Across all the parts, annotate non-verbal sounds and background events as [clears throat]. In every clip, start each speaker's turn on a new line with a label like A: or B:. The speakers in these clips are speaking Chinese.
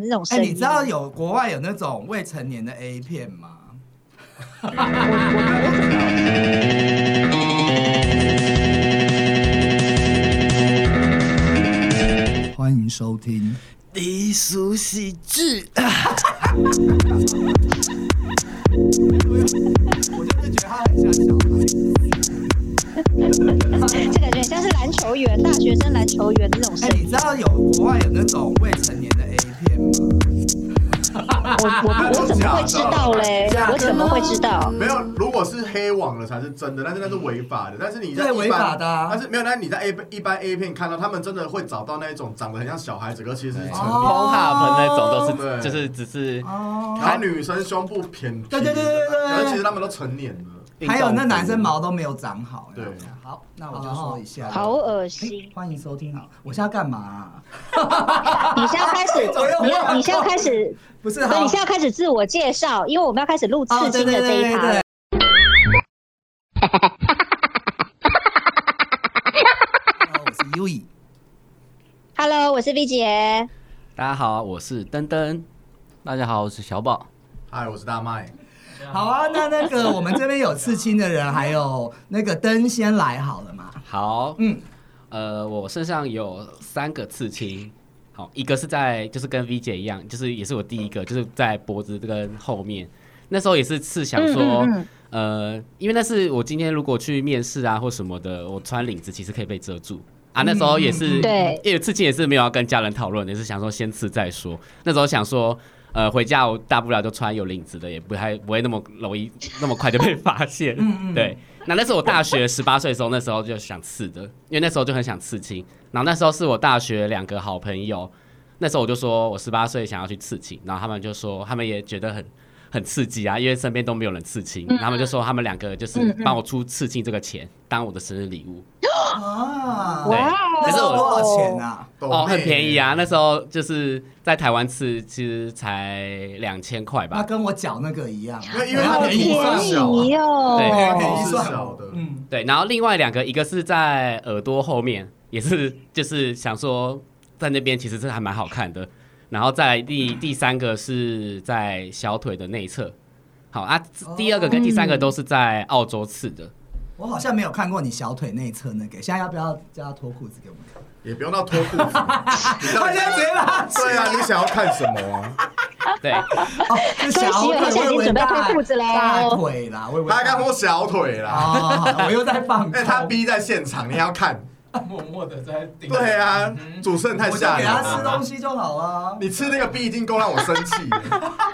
A: 那种
B: 哎、
A: 声音。
B: 你知道有国外有那种未成年的 A 片吗？欢迎收听，
C: 低俗喜剧，
B: 哎我就是觉得他很像小孩。
A: 这感觉很像是篮球员，大学生篮球员的那种
B: 哎、
A: 声音。
B: 你知道有国外有那种未成年的 A 片吗？哎
A: 我我
B: [laughs]
A: 我怎么会知道嘞？我怎么会知道？
D: 没有，如果是黑网的才是真的，但是那是违法的。但是你在
B: 对
D: 一般
B: 违法的啊
D: 但是没有，但是你在 A 一般 A 片看到，他们真的会找到那一种长得很像小孩子，可其实是成
B: 哦
D: 年，
C: 红卡盆那种都
D: 对
C: 是就是只是
B: 哦，
D: 然后女生胸部偏皮
B: 对
D: 的，
B: 对对对对
D: 然后其实他们都成年了。
C: 运动
B: 还有那男生毛都没有长好。
D: 对
B: 好，那我就说一下。
A: 好恶心！
B: 哎欢迎收听好，我现在要干嘛啊、哎
A: 你现在开
B: [laughs]
A: 始
B: 我又，
A: 你要
B: 忘
A: 你现在
B: 了
A: 开始，
B: 不是，
A: 对，
B: [laughs] 好
A: 你现在开始自我介绍，因为我们要开始录刺
B: 哦，对
A: 青
B: 对
A: 的这
B: 对
A: 一趴
B: 对
A: 了
B: 对。。哦我是 U E，
A: Hello，我是 V 姐。
C: 大家好，我是登登。大家好，我是小宝。
D: 嗨，我是大麦。
B: 好啊，那那个我们这边有刺青的人，还有那个灯先来好了嘛？
C: 好，
B: 嗯，
C: 呃，我身上有三个刺青，好，一个是在就是跟 V 姐一样，就是也是我第一个，就是在脖子跟后面。那时候也是是想说，
A: 嗯嗯嗯
C: 呃，因为那是我今天如果去面试啊或什么的，我穿领子其实可以被遮住啊。那时候也是，
B: 嗯
A: 对
C: 因为刺青也是没有要跟家人讨论，也是想说先刺再说。那时候想说，呃，回家我大不了就穿有领子的，也不太不会那么容易那么快就被 [laughs] 发现。对，那那是我大学十八岁的时候，那时候就想刺的，因为那时候就很想刺青。然后那时候是我大学两个好朋友，那时候我就说我十八岁想要去刺青，然后他们就说他们也觉得很很刺激啊，因为身边都没有人刺青，然后他们就说他们两个就是帮我出刺青这个钱当我的生日礼物，
B: 啊，
C: 对
B: 那
A: 哇
B: 时候
A: 哦
B: 多少钱？啊？
D: 抖
C: 哦，
D: 内
C: 很便宜啊，那时候就是在台湾刺其实才两千块
B: 那
C: 吧，
B: 跟我脚那个一样啊，
D: 因为因为
B: 我要
D: 它
A: 好
D: 便宜算小啊
A: 便宜
C: 对
D: 因为
A: 哦！
D: 便宜
B: 算
D: 算小的，
B: 嗯，
C: 对，然后另外两个一个是在耳朵后面，也是 [laughs] 就是想说在那边其实是还蛮好看的，然后再来第第三个是在小腿的内侧，好啊，第二个跟第三个都是在澳洲刺的。
B: 我好像没有看过你小腿内侧那个，现在要不要叫他脱裤子给我们看？
D: 也不用到脱裤子。你
B: [laughs]
D: 到
B: 他
D: 底
B: 现在直接拉起
D: 对啊，你想要看什么啊？
B: [laughs]
C: 对，
B: 哦，
A: [laughs]
B: 是小腿，
A: 恭喜
B: 我以
A: 我
B: 为
A: 现在已经准备
B: 大
A: 脱裤子嘞
B: 大腿啦，我以为
D: 他刚说小腿啦，
B: 哦，我又在放空，
D: 哎，他逼在现场，你还要
B: [laughs]
D: 看？
E: 默默的在顶。
D: 对，啊，主持人太
B: 嗯我就
D: 吓
B: 给
D: 人
B: 他吃
D: 了
B: 东。西就好啊了。
D: 你吃那个 B 已经够让我生气了，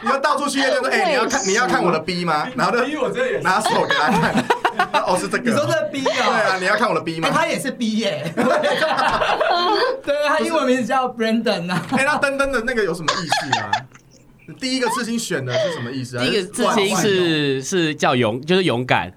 D: 你要到处去验证
A: [laughs]
D: 说，哎、你要看你要看我的 B 吗？然后
E: 逼
D: 就
E: 我这也是。
D: 拿手给他看，哦是这个，
B: 你说这逼
D: 对啊，
B: 啊？
D: 你要看我的 B 吗
B: 哎，？他也是 B
D: [laughs]
B: 耶，对，他英文名字叫 Brandon 啊。
D: 哎、那登登的那个有什么意思吗？第一个刺青选的是什么意思啊？
C: 第一个刺青
D: 还是
C: 是是叫勇，就是勇敢。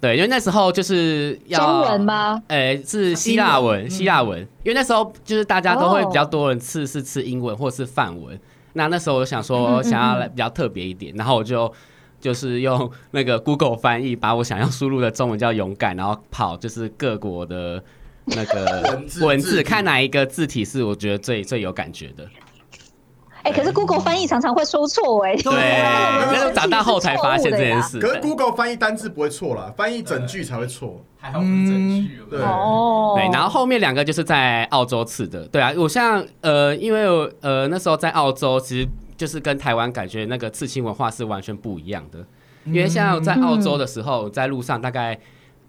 C: 对，因为那时候就是要
A: 中文？吗？
C: 呃，是希腊
B: 英
C: 文，
B: 文嗯
C: 希腊文。因为那时候就是大家都会
A: 哦
C: 比较多人刺是刺英文或是梵文。那那时候我想
B: 嗯
C: 说哦想要来比较特别一点，然后我就就是用那个 Google 翻译把我想要输入的中文叫勇敢，然后跑就是各国的那个
D: [laughs] 文字
C: 文
D: 字
C: 字，
D: 体
C: 看哪一个字体是我觉得最最有感觉的。
A: 哎，可是 Google 翻译常常会说错哎。
B: 对
C: 对，
B: 啊
C: 那时候长大后才发现这件事。
D: 可是
C: 对
D: Google 翻译单字不会错啦，翻译整句才会错。
E: 还好我们证
B: 嗯
E: 据有没有
D: 对
A: 哦，
C: 对，然后后面两个就是在澳洲刺的，对啊，我像呃，因为我呃那时候在澳洲，其实就是跟台湾感觉那个刺青文化是完全不一样的，因为像在澳洲的时候，在路上大概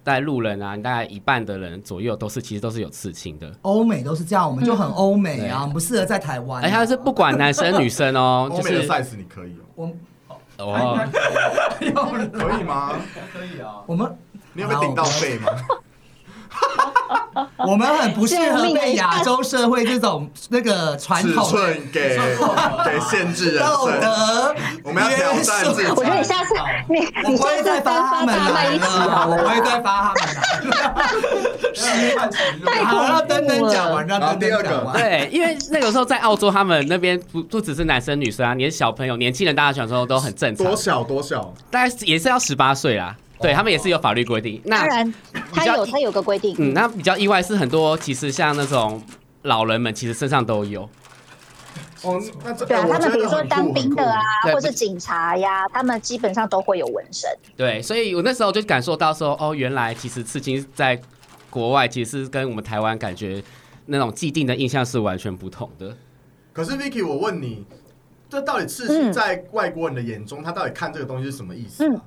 C: 在路人啊，大概一半的人左右都是其实都是有刺青的，
B: 欧美都是这样，哦我们就很欧美
C: 对
B: 啊，我们不适合在台湾啊。
C: 而
A: 哎
C: 且它哎是不管男生女
D: [laughs]
C: 生哦，
D: 欧
C: 就
D: 美的
C: 是
D: size 你可以哦、
B: 我
C: 哦，
D: 可以吗？
E: 可以啊。
B: [laughs] 我们
D: 你有被顶到背吗？
B: 我们很不适合被亚洲社会这种那个传
D: 尺
B: 统
D: 寸给给限制人
B: 道
D: 生。
B: 德
D: 我们要挑战自己
A: 我觉得你下次你
B: 我
A: 你
B: 不
A: 下
B: 会
A: 次
B: 再
A: 跟
B: 发
A: 发
B: 他们
A: 大麦
B: 来
A: 一起
B: 了，
A: 好
B: 我不
A: 了。
B: 会再发他们来
A: 太
D: [laughs]
B: 了。 [laughs]
A: 恐怖
B: 好，
A: 了
B: 让登登讲完，让
D: 然后
B: 登
D: 第
B: 登
D: 二个
B: 讲完。
C: 对，因为那个时候在澳洲，他们那边不不只是男生女生啊，连小朋友、年轻人，大家小时候都很正常
D: 多，小多小，
C: 大概也是要十八岁啦。对他们也是有法律规定，那
A: 当然，他有他有个规定，
C: 嗯，那比较意外是很多，其实像那种老人们，其实身上都有。
D: 哦，那这
A: 对啊，
D: 我
A: 他们
D: 觉
A: 比
D: 得
A: 如说
D: 很酷
A: 当兵的啊，
C: 对
A: 或是警察呀，他们基本上都会有纹身。
C: 对，所以我那时候就感受到说，哦，原来其实刺青在国外其实是跟我们台湾感觉那种既定的印象是完全不同的。
D: 可是 Vicky，我问你，这到底刺
A: 嗯
D: 青在外国人的眼中，他到底看这个东西是什么意思、
A: 嗯
D: 啊？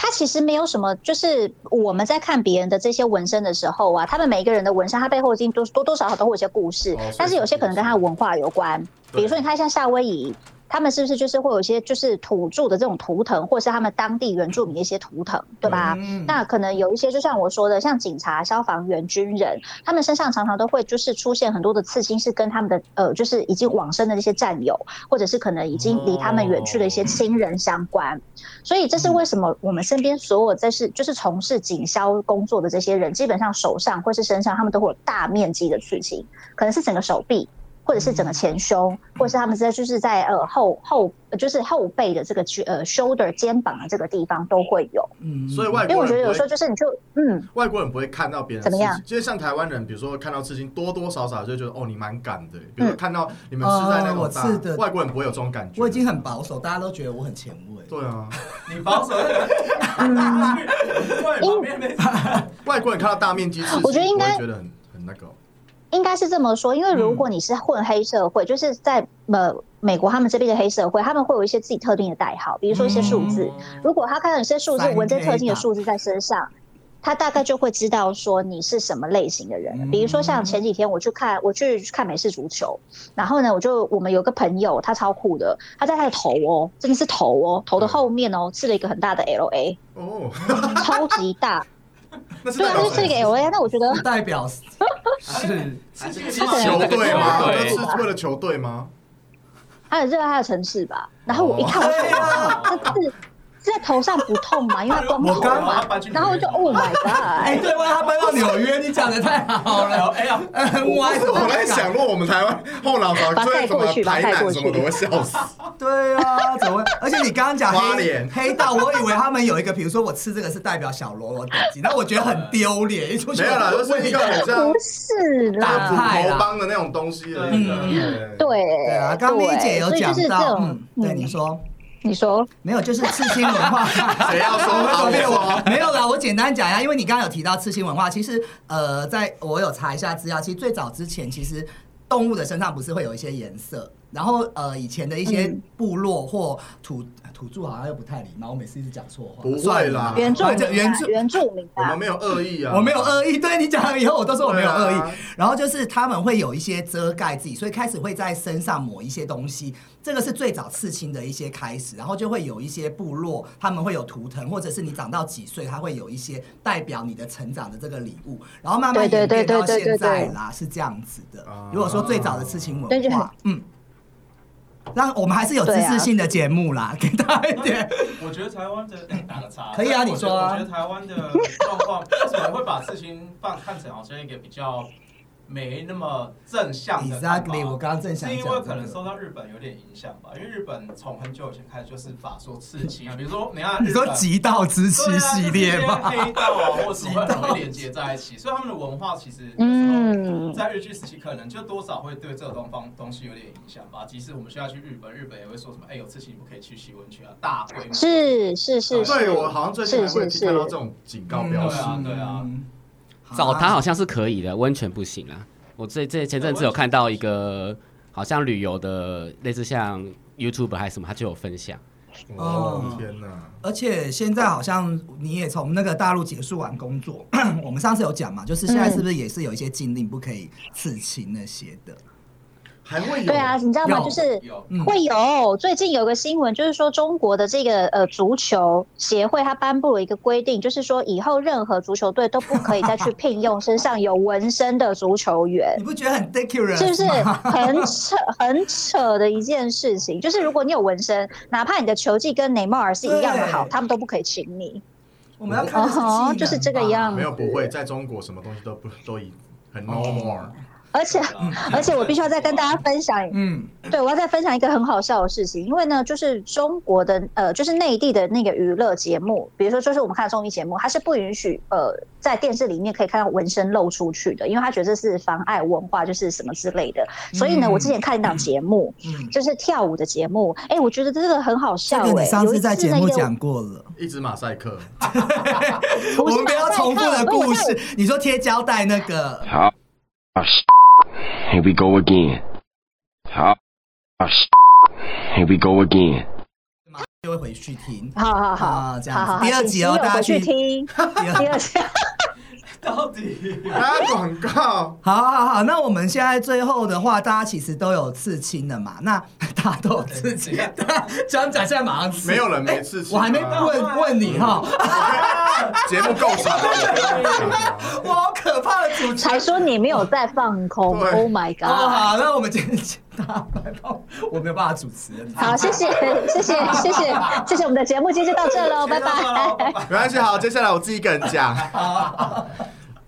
A: 他其实没有什么，就是我们在看别人的这些纹身的时候啊，他们每一个人的纹身，他背后一定多多多少少都会有一些故事，
D: 哦所以
A: 但是有些可能跟他的文化有关。
D: 对
A: 比如说，你看像夏威夷，他们是不是就是会有一些就是土著的这种图腾，或者是他们当地原住民的一些图腾，对吧？
B: 嗯
A: 啊那可能有一些，就像我说的，像警察、消防员、军人，他们身上常常都会就是出现很多的刺青，是跟他们的呃，就是已经往生的这些战友，或者是可能已经离他们远去的一些亲人相关。所以这是为什么我们身边所有在是就是从事警消工作的这些人，基本上手上或是身上，他们都会有大面积的刺青，可能是整个手臂。或者是整个前胸，或者是他们在就是在呃后后就是后背的这个区呃 shoulder 肩膀的这个地方都会有。
B: 嗯
D: 所以外
A: 因为
D: 国
A: 我觉得
D: 人
A: 有
D: 不
A: 时候
D: 会，
A: 就是你就嗯，
D: 外国人不会看到别人
A: 怎么样
D: 刺青就是像台湾人，比如说看到刺青，多多少少就觉得哦，你蛮敢
A: 嗯
D: 的。比如说看到你们是在那
B: 哦我
D: 种大，
B: 刺的
D: 外国人不会有这种感觉。
B: 我已经很保守，大家都觉得我很前卫。
D: 对嗯啊，
E: 你保守那
B: [laughs]
E: 个，对，旁
A: 嗯
E: 边没
D: 外国人看到大面积刺青，
A: 我觉得应该
D: 不会觉得很很那个哦。
A: 应该是这么说，因为如
D: 嗯
A: 果你是混黑社会，就是在呃美国他们这边的黑社会，他们会有一些自己特定的代号，比如说一些数字。
D: 嗯
A: 如果他看到一些数字
B: 三，
A: 纹这
B: K
A: 特定的
B: 吧
A: 数字在身上，他大概就会知道说你是什么类型的
D: 嗯
A: 人。比如说像前几天我去看我去看美式足球，然后呢，我就我们有个朋友他超酷的，他在他的头哦，真的是头哦，头的
D: 嗯
A: 后面哦刺了一个很大的 L A， [laughs]
D: 哦，
A: 超级大，
D: 那 [laughs] 是
A: 对啊，他就刺了一个 L A，那我觉得。
B: 代表是是
E: 是去
A: 他可能
D: 球
A: [laughs]
D: 队
C: 球队
D: 吗？
A: 啊
C: 对
D: 那是为了球队吗？
A: 他很热爱他的城市吧。然后我一看，我
B: 对啊
A: 说这是是在头上不痛嘛，因为他光头嘛。然
B: [laughs]
A: 后我就 Oh my
B: 哎、
A: God！
B: 对吧？他搬到纽约，你讲的太好
D: [laughs]
B: 了。
E: 哎呀，
B: 我
D: 我我在想，，如果我们台湾后脑勺
A: 把它
D: 追
A: 盖
D: 什么
A: 过去把
D: 台
A: 它盖
D: 南
A: 过
D: 什么的，
A: 去
D: 我会笑死。
B: 对啊，怎么会？而且你刚刚讲
D: 花
B: 黑
D: 莲
B: 黑道，我以为他们有一个，比如说我吃这个是代表小喽啰等级，然后我觉得很丢脸，一出去
D: 没有啦，就是一个很像
A: 不是
D: 大
B: 打
D: 斧
A: 啦，
B: 啊派啦
D: 头帮的那种东西而已。啊
E: 嗯
D: 对，
A: 对
B: 对啊，刚刚丽姐有
A: 所以就
B: 讲
A: 是这
B: 到，
A: 种，
B: 嗯，对你，说
A: 你说，
B: 没有，就是刺青文化。
D: [laughs] 谁要说
B: 我
D: 好
B: 走
D: 我
B: 遍
D: 说
B: 我 [laughs] 没有啦，我简单讲一下，因为你刚刚有提到刺青文化，其实呃，在我有查一下资料，其实最早之前，其实动物的身上不是会有一些颜色，然后呃，以前的一些
A: 嗯
B: 部落或土土著好像又不太礼貌，我每次一直讲错话，
D: 不会
B: 算了
D: 啦
A: 原住
B: 反
A: 民
B: 正
A: 啊，
B: 原住
A: 原住民
D: 我
A: 啊
D: 们，没有恶意啊，
B: 我没有恶意，对你讲了以后，我都说我没有恶意。
D: 对啊
B: 然后就是他们会有一些遮盖自己，所以开始会在身上抹一些东西，这个是最早刺青的一些开始。然后就会有一些部落，他们会有图腾，或者是你长到几岁，他会有一些代表你的成长的这个礼物。然后慢慢
A: 对
B: 演
A: 对
B: 变到
A: 对对对
B: 现在
A: 对
B: 啦，是这样子的
D: 哦。
B: 如果说最早的刺青
A: 对就
B: 文
A: 很
B: 化，嗯。让我们还是有知
A: 对啊
B: 识性的节目啦，给大家一点。
E: [laughs] 我觉得台湾的哎打个岔，
B: 可以啊
E: 但是我
B: 你说啊
E: 觉得我觉得台湾的状况为什么会把事情放看成好像一个比较没那么正向的看法
B: Exactly，我刚刚正想
E: 是
B: 讲
E: 因
B: 这
E: 为可能
B: 个。
E: 受到日本有点影响吧，因为日本从很久以前开始就是法说刺青啊，比如说你看
B: 你
E: 日
B: 说
E: 本
B: 极道之
E: 对
B: 妻
E: 啊
B: 系列吗？
E: 就是一些黑道
B: [laughs]
E: 啊，或什么很容易连接在一起，所以他们的文化其实嗯。
A: 嗯，
E: 在日剧时期，可能就多少会对这种方东西有点影响吧。即使我们现在去日本，日本也会说什么，哎、有刺青你不可以去洗温泉啊，大规模。
A: 是是
B: 啊
A: 是是，
D: 对我好像最近还会
A: 是是是
D: 看到这种警告标识
E: 嗯。对啊
C: 澡堂好像是可以的，温泉不行啊。我这这前阵子有看到一个好像旅游的，类似像 YouTube 还是什么，他就有分享。
D: 哦
B: 嗯
D: 天哪！
B: 而且现在好像你也从那个大陆结束完工作， [clears throat] 我们上次有讲嘛，就是现
A: 嗯
B: 在是不是也是有一些禁令不可以刺青那些的？
D: 还会有
A: 对啊，你知道吗？
B: 有
A: 就是
E: 有
B: 嗯
A: 会有最近有个新闻，就是说中国的这个呃足球协会，它颁布了一个规定，就是说以后任何足球队都不可以再去聘用身上有纹身的足球员
B: 你。不觉得很 ridiculous
A: 是不是
B: 吗？ [laughs]
A: 很 [laughs] 扯、很扯的一件事情？就是如果你有纹身，哪怕你的球技跟内马尔是一样的好，
B: 对
A: 他们都不可以请你。
B: 我们要看的是技能吧
A: 哦
B: 啊
A: 哦就是这个样
B: 哦
D: 没有不会，在中国什么东西都不都以很 normal，
A: 而且
E: 对啊
A: 而且我必须要再跟大家分享，
B: 嗯，
A: [laughs] 对我要再分享一个很好笑的事情，因为呢，就是中国的呃，就是内地的那个娱乐节目，比如说就是我们看的综艺节目，它是不允许呃在电视里面可以看到纹身露出去的，因为他觉得这是妨碍文化，就是什么之类的。所以呢，
B: 嗯
A: 我之前看一档节目，
B: 嗯
A: 就是跳舞的节目，哎、我觉得这个很好
B: 这
A: 笑、
B: 个
A: 哎，
B: 你上
A: 有一
B: 次在节
A: 那
B: 目
A: 个
B: 讲过了，
D: 一只马赛克，
A: 不
B: 我
A: 是
B: 们不要
A: 马赛
B: 重复
A: 克
B: 的
A: 不是
B: 故
A: 我在
B: 事。你说贴胶带那个，
F: How? Oh, s***. Here we go again. How? Oh, s***. Here we go again.
B: 就会回去听。
A: 好好好，
B: 啊这样子
A: 好好好
B: 第二集哦
A: 请
B: 大家
A: 回去
B: 去
A: 听。 [laughs] 第二集，
E: 到底
D: 打
B: [laughs]
D: 广告，
B: 好好好，那我们现在最后的话，大家其实都有刺青的嘛，那大家都有刺青，哎对，啊讲讲现在马上刺
D: 没有人没刺
B: 哎
D: 青
B: 我还没
D: 啊
B: 问问你 [laughs] 哈，
D: [laughs] 节目够
B: [laughs]
D: 长了。
B: 我好可怕的主持人。
A: 才说你没有在放 [laughs] 空
D: 对
A: ，Oh my
B: 哦，
A: god！
B: 好，那我们今天就到拜拜，我没有办法主持人。
A: 好，谢谢，谢谢，谢谢，谢谢我们的节目，今天就到这
B: [laughs]
A: 喽，拜拜。
E: 拜
D: [laughs]
E: 拜。
D: 没关系，好，接下来我自己一个人讲。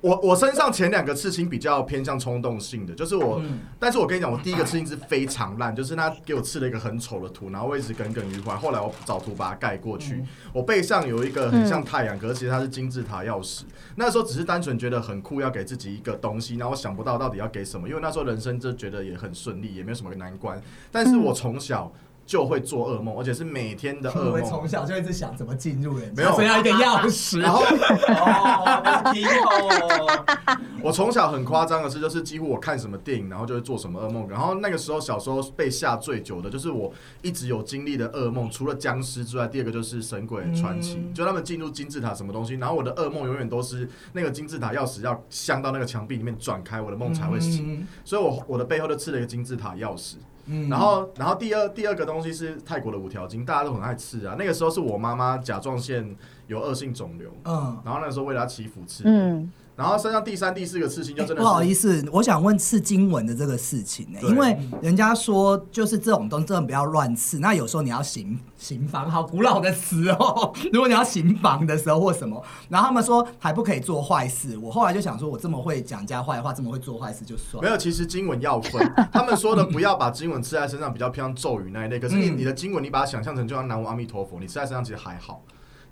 D: 我我身上前两个刺青比较偏向冲动性的，就是我，但是我跟你讲，我第一个刺青是非常烂，就是他给我刺了一个很丑的图，然后我一直耿耿于怀。后来我找图把它盖过去。我背上有一个很像太阳，可是其实它是金字塔钥匙。那时候只是单纯觉得很酷，要给自己一个东西，然后我想不到到底要给什么，因为那时候人生就觉得也很顺利，也没有什么难关。但是我从小就会做噩梦，而且是每天的噩
B: 我
D: 梦。
B: 从小就一直想怎么进入人家，
D: 没有
B: 所以要一个钥匙。
D: 然后
E: 哦，题 [laughs] 哦，
D: [laughs] 我从小很夸张的是，就是几乎我看什么电影，然后就会做什么噩梦。然后那个时候小时候被吓最久的，就是我一直有经历的噩梦，除了僵尸之外，第二个就是神鬼传奇，
B: 嗯
D: 就他们进入金字塔什么东西，然后我的噩梦永远都是那个金字塔钥匙要镶到那个墙壁里面转开，我的梦才会醒。
B: 嗯
D: 所以我我的背后就刺了一个金字塔钥匙。
B: 嗯
D: 然后，然后第二第二个东西是泰国的五条筋，大家都很爱吃啊。那个时候是我妈妈甲状腺有恶性肿瘤，
B: 嗯，
D: 然后那个时候为了要祈福吃，
A: 嗯，
D: 然后身上第三、第四个刺青就真的
B: 哎不好意
D: 思，
B: 思，我想问刺经文的这个事情呢、
D: 对
B: 因为人家说就是这种东西真的不要乱刺。那有时候你要行行房，好古老的词哦。 [laughs] 如果你要行房的时候或什么，然后他们说还不可以做坏事。我后来就想说，我这么会讲人家坏话，这么会做坏事就算
D: 没
B: 了。
D: 有，其实经文要分。 [laughs] 他们说的不要把经文刺在身上，比较偏向咒语那一类。可是你
B: 嗯
D: 你的经文，你把它想象成就像南无阿弥陀佛，你刺在身上其实还好，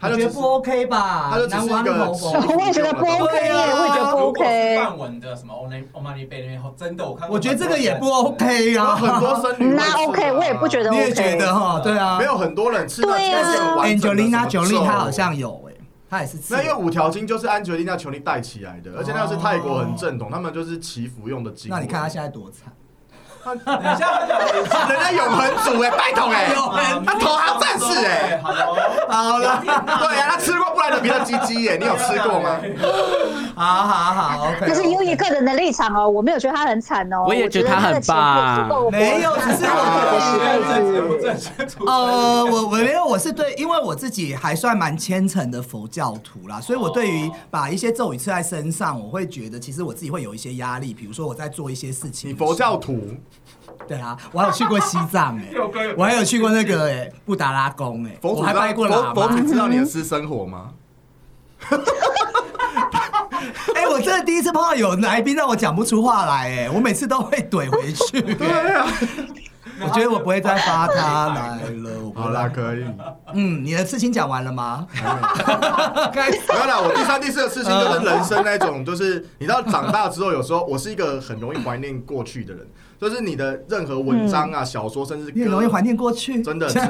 D: 它
B: 我
D: 就
B: 觉
D: 只
B: 得
D: 是
B: 不 OK 吧？
D: 他就只是
B: 南无阿弥陀
D: 一个
B: 佛。
A: 嗯我也觉得不 OK，
B: 对啊
A: 耶我也觉得不
E: 如果是
A: OK。
E: 范文的什么 Only Only Bay 那边，真的我看过，
B: 我觉得这个也不 OK
D: 然
B: 啊，
D: 后 [laughs] 很多僧侣会刺啊
A: 那 OK，我也不觉得
B: 你
A: OK。
B: 也觉得哈？对啊，
D: 没有很多人刺到
A: 对啊
D: 真的是完整的什么
B: Angelina
D: 咒
B: Jolie 她好像有哎、她也是刺
D: 那因为五条经就是安吉丽娜·裘丽带起来的，而且那是泰国很正统，他们就是祈福用的经文。
B: 哦那你看她现在多惨。
E: 等一下，
D: 人家永恒族哎，拜托
B: [laughs]
D: 哎，
B: 永恒
D: 他投降战士哎。
E: 好了，
B: [laughs] 好了，
D: 对呀、啊，他吃过布莱德皮特鸡鸡 [laughs] 耶，你有吃过吗？
B: 好好好，OK。
A: 但是优一个人的立场哦，我没有觉得他很惨哦，
C: 我也
A: 觉
C: 觉得他
A: 他
C: 很
B: [laughs]
C: 棒
B: 没有只是我
E: 正 [laughs] 正正
B: 呃，我我没有，我是对，因为我自己还算蛮虔诚的佛教徒啦，所以我对于把一些咒语刺在身上，我会觉得其实我自己会有一些压力。比如说我在做一些事情
D: 你
B: 的时候，
D: 佛教徒，
B: 对啊，我还有去过西藏哎、
E: 有歌有
B: 我还 [laughs] 有去过那个哎、布达拉宫哎、
D: 佛
B: 我
D: 祖
B: 还
D: 知道
B: 拜过喇
D: 佛佛
B: 嘛
D: 祖。知道你的私生
B: [laughs]
D: 活吗？
B: 哎、我真的第一次碰到有来宾让我讲不出话来哎、我每次都会怼回去、欸
D: [laughs] 啊
B: 我觉得我不会再发他来了，我不
D: 好
B: 会再。
D: 啦，可以。
B: 嗯，你的事情讲完了吗？开始。
D: 没有啦，我第三、第四个事情就是人生那种，就是你知道长大之后，有时候我是一个很容易怀念过去的人，
B: [laughs]
D: 就是你的任何文章啊、小说，甚至
B: 嗯你
D: 歌，
B: 很容易怀念过去，
D: 真的，只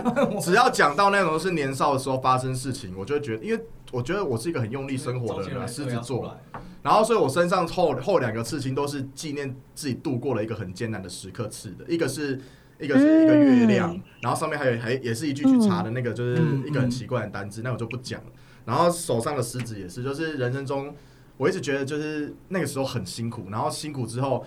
D: 只要讲到那种是年少的时候发生事情，我就会觉得，因为我觉得我是一个很用力生活的人啊，狮子座。然后，所以我身上后后两个刺青都是纪念自己度过了一个很艰难的时刻刺的，一个是一个是一个月亮，然后上面还有还也是一句去查的那个，就是一个很奇怪的单字，那我就不讲了。然后手上的狮子也是，就是人生中我一直觉得就是那个时候很辛苦，然后辛苦之后。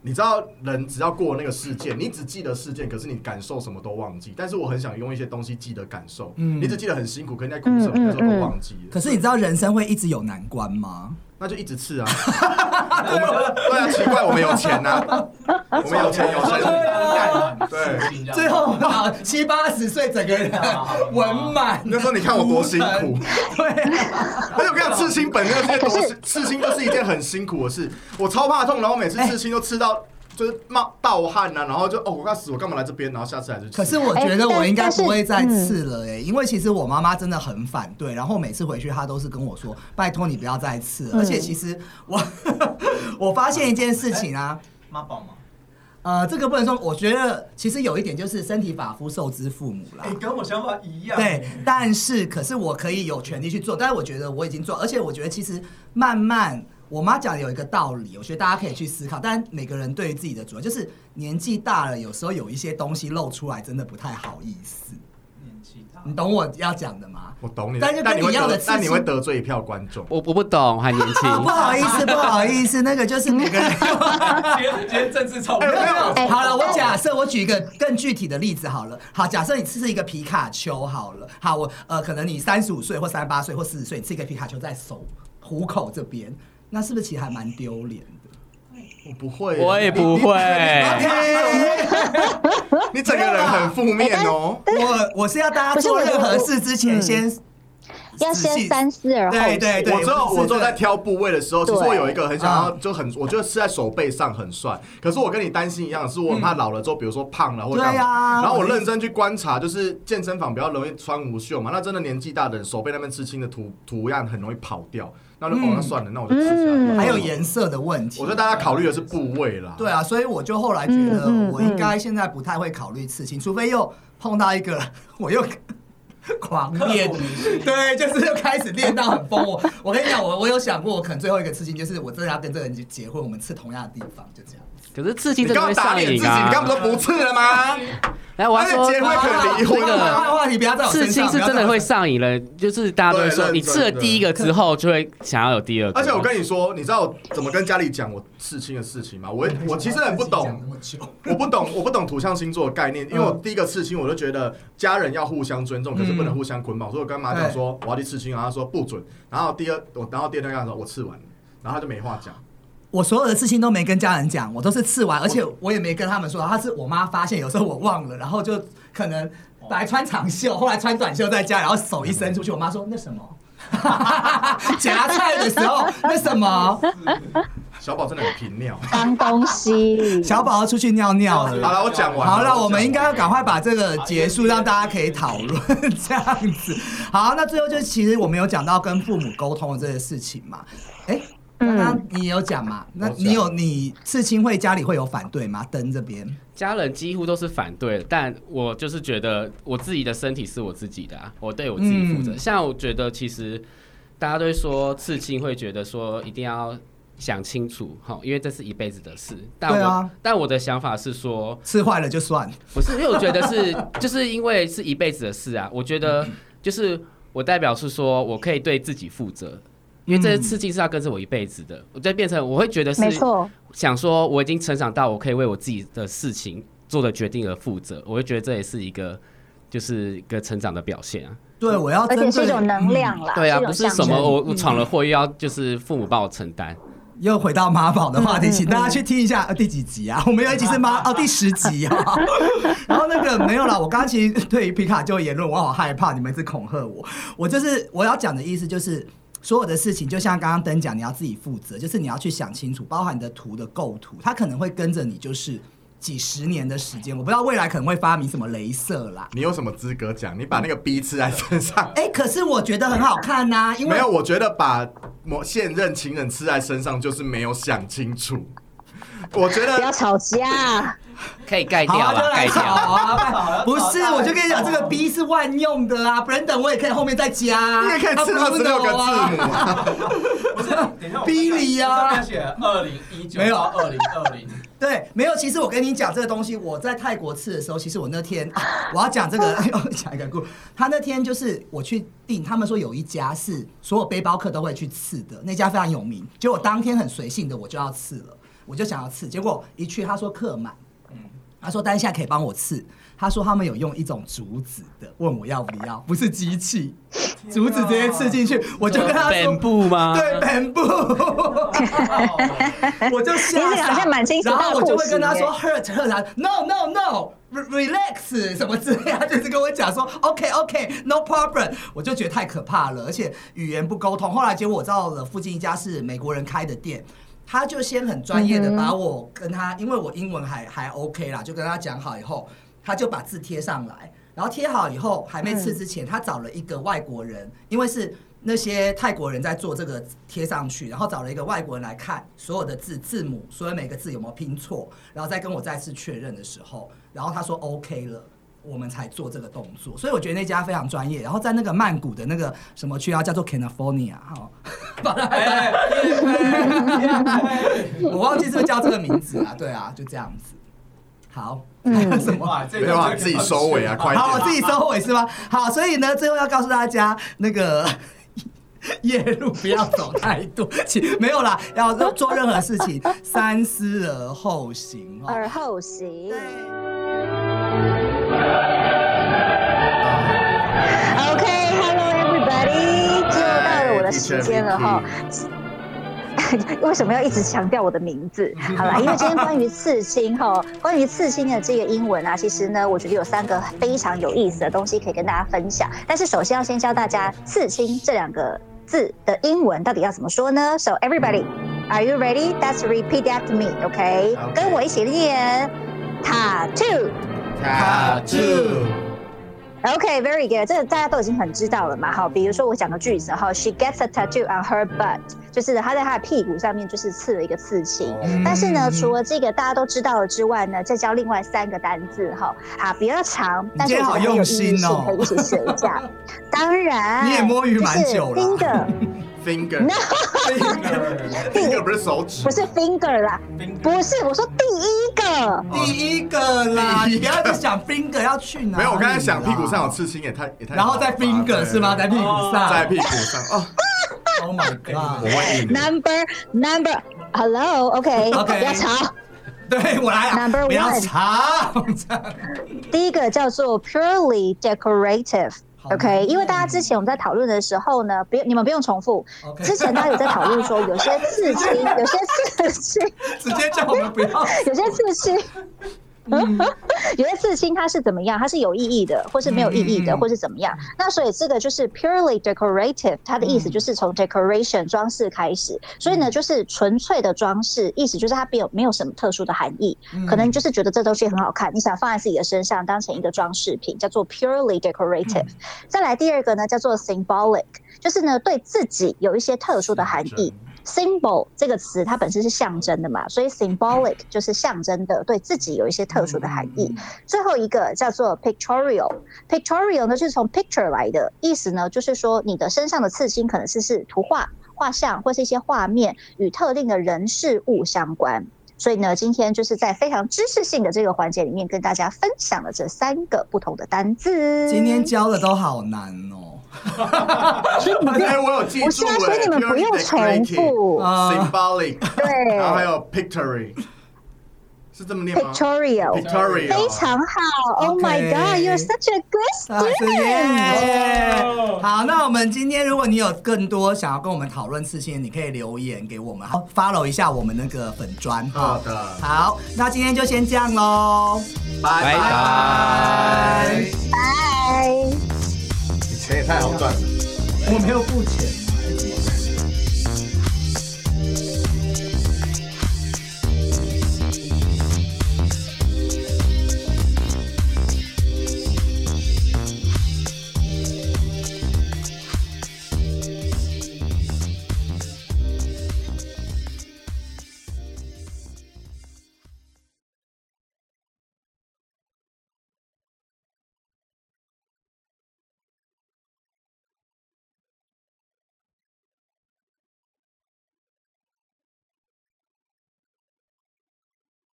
D: 你知道，人只要过了那个事件，你只记得事件，可是你感受什么都忘记。但是我很想用一些东西记得感受，
B: 嗯
D: 你只记得很辛苦，可是你在哭什么，那时候都忘记了。
B: 可是你知道人生会一直有难关吗？
D: [laughs]
B: [laughs]
D: 那就一直刺啊！我们对啊，奇怪，我们有钱呐、啊。我们有钱有
E: 对
D: 钱，
E: 啊，对
B: 最后到七八十岁，整个人文满。
D: 那时候你看我多辛苦。
B: 对啊，
D: 而且我跟你讲，刺青本
B: 哎
D: 身就是一件多辛，刺青就是一件很辛苦的事。我超怕痛，然后每
B: 哎
D: 次刺青都刺到就是冒盗汗呐、啊，然后就哦我要死，我干嘛来这边？然后下次还是
B: 可是我觉得我应该不会再刺了哎、因为其实我妈妈真的很反对，然后每次回去她都是跟我说：“拜托你不要再刺了。”而且其实我 [laughs] 我发现一件事情啊，
E: 妈宝嘛，
B: 呃，这个不能说，我觉得其实有一点就是身体发肤受之父母啦。
E: 哎，跟我想法一样，
B: 对，但是可是我可以有权利去做，但是我觉得我已经做，而且我觉得其实慢慢，我妈讲的有一个道理，我觉得大家可以去思考。但每个人对于自己的主要就是年纪大了，有时候有一些东西露出来，真的不太好意思。
E: 年纪大
B: 你懂我要讲的吗？
D: 我懂你，
B: 但是
D: 但
B: 跟你
D: 你会
B: 一样的
D: 得
B: 刺，青
D: 但你会得罪一票观众。
C: 我我不懂，我还年
D: [laughs]
C: 轻。
B: 啊不好意思，不好意思，那个就是每 [laughs] 个人。
E: 今天今天政治操
D: [laughs] 哎没有没有
A: 哎
B: 好了，我假设我举一个更具体的例子好了。好，假设你吃一个皮卡丘好了。好，我呃，可能你三十五岁或三十八岁或四十岁，你吃一个皮卡丘在手虎口这边，那是不是其实还蛮丢脸的？
D: 我不会，
C: 我也不会。
D: 哎你，你整个人很负面哦。
B: 我我是要大家做任何事之前先
A: 嗯要
B: 仔细
A: 先三思而后
B: 对
A: 行。
B: 对对，
D: 我之后，我之后在挑部位的时候，其实
A: 对
D: 我有一个很想要，就很，我觉得是在手背上很帅。可是我跟你担心一样，是我很怕老了之后，比如说胖了或者干
B: 对啊
D: 嘛。然后我
B: 我的意思
D: 认真去观察，就是健身房比较容易穿无袖嘛，那真的年纪大的人手背那边刺青的图图样很容易跑掉。那就哦，那算了，那我就刺起来。
B: 还有，颜色的问题。
D: 我觉得大家考虑的是部位啦。
B: 嗯对啊，所以我就后来觉得
A: 嗯嗯，
B: 我应该现在不太会考虑刺青，除非又碰到一个我又狂练，对，就是又开始练到很疯。我我跟你讲，我我有想过，我可能最后一个刺青就是我真的要跟这个人结婚，我们刺同样的地方，就这样。
C: 可是刺
D: 你
C: 青真
D: 刚
C: 的
D: 刚打
C: 会上
D: 脸自
C: 瘾
D: 己，你刚
C: 啊
D: 不！是不刺了吗？
C: 来，我要说
D: 而且结婚哎可能离婚
C: 这
D: 了
C: 个
B: 换话题，不要在我
C: 刺
B: 身
C: 青
B: 上
C: 是真的会。上瘾了，就是大家都会
D: 对
C: 说，
D: 认
C: 你刺了
D: 真
C: 第一个之后，就会想要有第二个。
D: 而且我跟你说，你知道我怎么跟家里讲我刺青的事情吗？我也我其实很不懂，
B: 不要在我身上讲
D: 我不懂，我不懂土象星座的概念，因为我第一个刺青，我就觉得家人要互相尊重，可是不能互相捆绑。所以我跟妈讲说我要去刺青，然后她说不准。然后第二，我然后第二天跟她说我刺完了，然后她就没话讲。
B: 我所有的刺青都没跟家人讲，我都是刺完，而且我也没跟他们说，他是我妈发现，有时候我忘了，然后就可能来穿长袖，后来穿短袖在家，然后手一伸出去，我妈说那什么。夹菜的时候，那什么，
D: 小宝真的很平 [laughs] 尿。
A: 脏东西。
B: 小宝要出去尿尿
D: 好
B: 了。
D: 了，我讲完
B: 好了，我们应该要赶快把这个结
D: 哎
B: 束，让大家可以讨论这样
D: [laughs]
B: 子。好，那最后就是，其实我们有讲到跟父母沟通的这些事情嘛。哎、
A: 嗯
B: 刚刚你也有讲嘛？那
D: 我讲
B: 你有你刺青会家里会有反对吗？灯这边，
C: 家人几乎都是反对的，但我就是觉得我自己的身体是我自己的、啊，我对我自己负责。
B: 嗯
C: 像我觉得其实大家都会说刺青，会觉得说一定要想清楚哈，因为这是一辈子的事。但
B: 对
C: 我、
B: 啊
C: 但我的想法是说，
B: 吃坏了就算。
C: 不是，因为我觉得是，就是因为是一辈子的事啊。我觉得就是我代表是说我可以对自己负责，
A: 嗯
C: 因为这些刺激是要跟着我一辈子的。我就变成我会觉得是
A: 没错，
C: 想说我已经成长到我可以为我自己的事情做的决定而负责，我会觉得这也是一个就是一个成长的表现啊。
B: 对，我要
A: 而且
B: 针
A: 是
B: 对
A: 一种能量啦。
C: 对啊，
A: 一种
C: 不是
A: 象
C: 什
A: 征
C: 么我我闯了祸又要就是父母帮我承担。
B: 又回到妈宝的话题，请大家去听一下、呃、第几集啊？我 [laughs] 们有一集是妈哦第十集啊。 [laughs] 然后那个没有啦，我刚刚其实对于皮卡丘的言论我好害怕，你们一直恐吓我。我就是我要讲的意思就是。所有的事情，就像刚刚登讲，你要自己负责，就是你要去想清楚，包含你的图的构图，它可能会跟着你，就是几十年的时间。我不知道未来可能会发明什么镭射啦。
D: 你有什么资格讲？你把那个逼刺在身 [laughs] 上。
B: 哎、可是我觉得很好看呐、因为
D: 没有，我觉得把某现任情人刺在身上就是没有想清楚。我觉
A: 不要
D: [laughs] 得
A: 吵架，
C: 可以盖掉
B: 好啊，就
C: 了，
B: 来
C: 盖
B: 吵
C: 掉。
B: 啊！不是，我就跟你讲，这个 B 是万用的啊，Brandon 我也可以后面再加啊，
D: 你也可以刺
B: 它
D: 二
B: 不
D: 十
B: 是
D: 六个
B: 我啊
D: 字母 [laughs] 啊。
E: 不是，等一下，
B: 逼你呀
E: 他写二零一九
B: 没有
E: 到二零
D: [laughs]
E: 二零，
B: 对，没有。其实我跟你讲这个东西，我在泰国吃的时候，其实我那天、啊我要讲这个，讲一个故事。他那天就是我去订，他们说有一家是所有背包客都会去刺的，那家非常有名。结果当天很随性的我就要刺了，我就想要刺，结果一去他说客满。他说：“但是现在可以帮我刺。”他说：“他们有用一种竹子的，问我要不要，不是机器，竹子直接刺进去。”我就跟他说：“
C: 哦本部吗？
B: 对，本部。”
A: [laughs]
B: 我就吓
A: 你这个好
B: 傻
A: 像蛮惊喜的
B: 然后我就
A: 故
B: 会
A: 事
B: 跟他
A: 耶
B: 说 hurt hurt 他 no no no re- relax 什么之类，他 [laughs] 就是跟我讲说 OK OK no problem，我就觉得太可怕了，而且语言不沟通。后来结果我到了附近一家是美国人开的店。他就先很专业
A: 嗯
B: 的把我跟他，因为我英文还还 OK 啦，就跟他讲好以后，他就把字贴上来，然后贴好以后还没刺之前，他找了一个外国人，因为是那些泰国人在做这个贴上去，然后找了一个外国人来看所有的字字母，所有每个字有没有拼错，然后再跟我再次确认的时候，然后他说 OK 了。我们才做这个动作，所以我觉得那家非常专业。然后在那个曼谷的那个什么区啊，叫做 California 哈、把它
E: 哎哎
B: 我忘记是不是叫这个名字啊？对啊，就这样子。好，
A: 嗯
B: 什么？
E: 哇，这
D: 没有啊，自己收尾 [laughs] 啊，快
B: 好，我自
D: 点。
B: 己收尾是吗？好，所以呢，最后要告诉大家，那个 [laughs] 夜路不要走太多， [laughs] 请没有啦，要做任何事情 [laughs] 三思而后行哦。
A: 而后行。OK，Hello
B: 哦
A: everybody，就
D: 啊
A: 到了我的时间了哈。 [laughs] 为什么要一直强调我的名字？好啦，因为今天关于刺青哈，关于刺青的这个英文啊，其实呢，我觉得有三个非常有意思的东西可以跟大家分享。但是首先要先教大家刺青这两个字的英文到底要怎么说呢？So everybody, are you ready? Let's repeat after me, OK？
D: Okay.
A: 跟我一起念 tattoo。
D: 卡住，
A: Okay, very good. 这个大家都已经很知道了嘛。好，比如说我讲个句子哈，She gets a tattoo on her butt，就是她在她的屁股上面就是刺了一个刺青。但是呢，除了这个大家都知道了之外呢，再教另外三个单字哈啊，比较长，但是我觉得很有意
B: 你今
A: 义
B: 天好
A: 性，可以
B: 用哦
A: 一起学一
B: [laughs]
A: 下。当然，
B: 你也摸鱼蛮久了
A: 就是第一
B: [laughs]
A: 个
D: finger，finger 不是手指
A: 不，是 finger 啦，不是，我说第一个。
B: 哦第一个啦，你不要只想 finger 要去哪？
D: 没有，我刚才想屁股上有，刺青也太也太，
B: 然后再 finger 是吗？在屁股上，
D: 在屁股上
A: [laughs]
D: 哦，
B: Oh my
D: 我
B: god！
D: 会硬的。
A: Number number hello，OK，、
B: Okay
A: 不要吵。
B: 对我来啊，
A: Number
B: 不要
A: one
B: 吵。 [laughs]
A: 第一个叫做 purely decorative。
B: 好
A: OK，因为大家之前我们在讨论的时候呢，不用你们不用重复。
B: OK
A: 之前大家有在讨论说，有些刺
B: [laughs]
A: 青，有些刺青，
B: 直接叫我们不要
A: 有些刺青，
B: 嗯
A: [laughs] 有些刺青它是怎么样？它是有意义的，或是没有意义的，
B: 嗯嗯嗯
A: 或是怎么样？那所以这个就是 purely decorative，它的
B: 嗯
A: 意思就是从 decoration 装饰开始，所以呢就是纯粹的装饰，意思就是它没有没有什么特殊的含义，
B: 嗯
A: 可能就是觉得这东西很好看，你想放在自己的身上当成一个装饰品，叫做 purely decorative。再
B: 嗯
A: 来第二个呢，叫做 symbolic，就是呢对自己有一些特殊的含义。symbol 这个词它本身是象征的嘛，所以 symbolic 就是象征的，对自己有一些特殊的含义。
B: 嗯
A: 最后一个叫做 pictorial，pictorial 呢就是从 picture 来的，意思呢就是说你的身上的刺青可能是是图画、画像或是一些画面与特定的人事物相关。所以呢，今天就是在非常知识性的这个环节里面，跟大家分享了这三个不同的单字。
B: 今天教的都好难哦。
D: 哎，我有记
A: 不
D: 住
A: 是啊，所以你们不用重复。
B: 啊
D: ，symbolic，
A: 对
D: 然后还有 pictory，是这么念吗
A: Pictorial，
D: ？pictorial，
A: 非常好。Oh my
B: OK
A: god，you're such a good
B: 啊是
A: student。
B: 耶好，那我们今天如果你有更多想要跟我们讨论事情的，你可以留言给我们好，follow 一下我们那个粉砖。
D: 好的
B: 好，那今天就先这样喽，
D: 拜
C: 拜拜
D: 拜。
C: 啊
A: 拜。
D: 你钱也太好赚了。
B: 我没有付钱。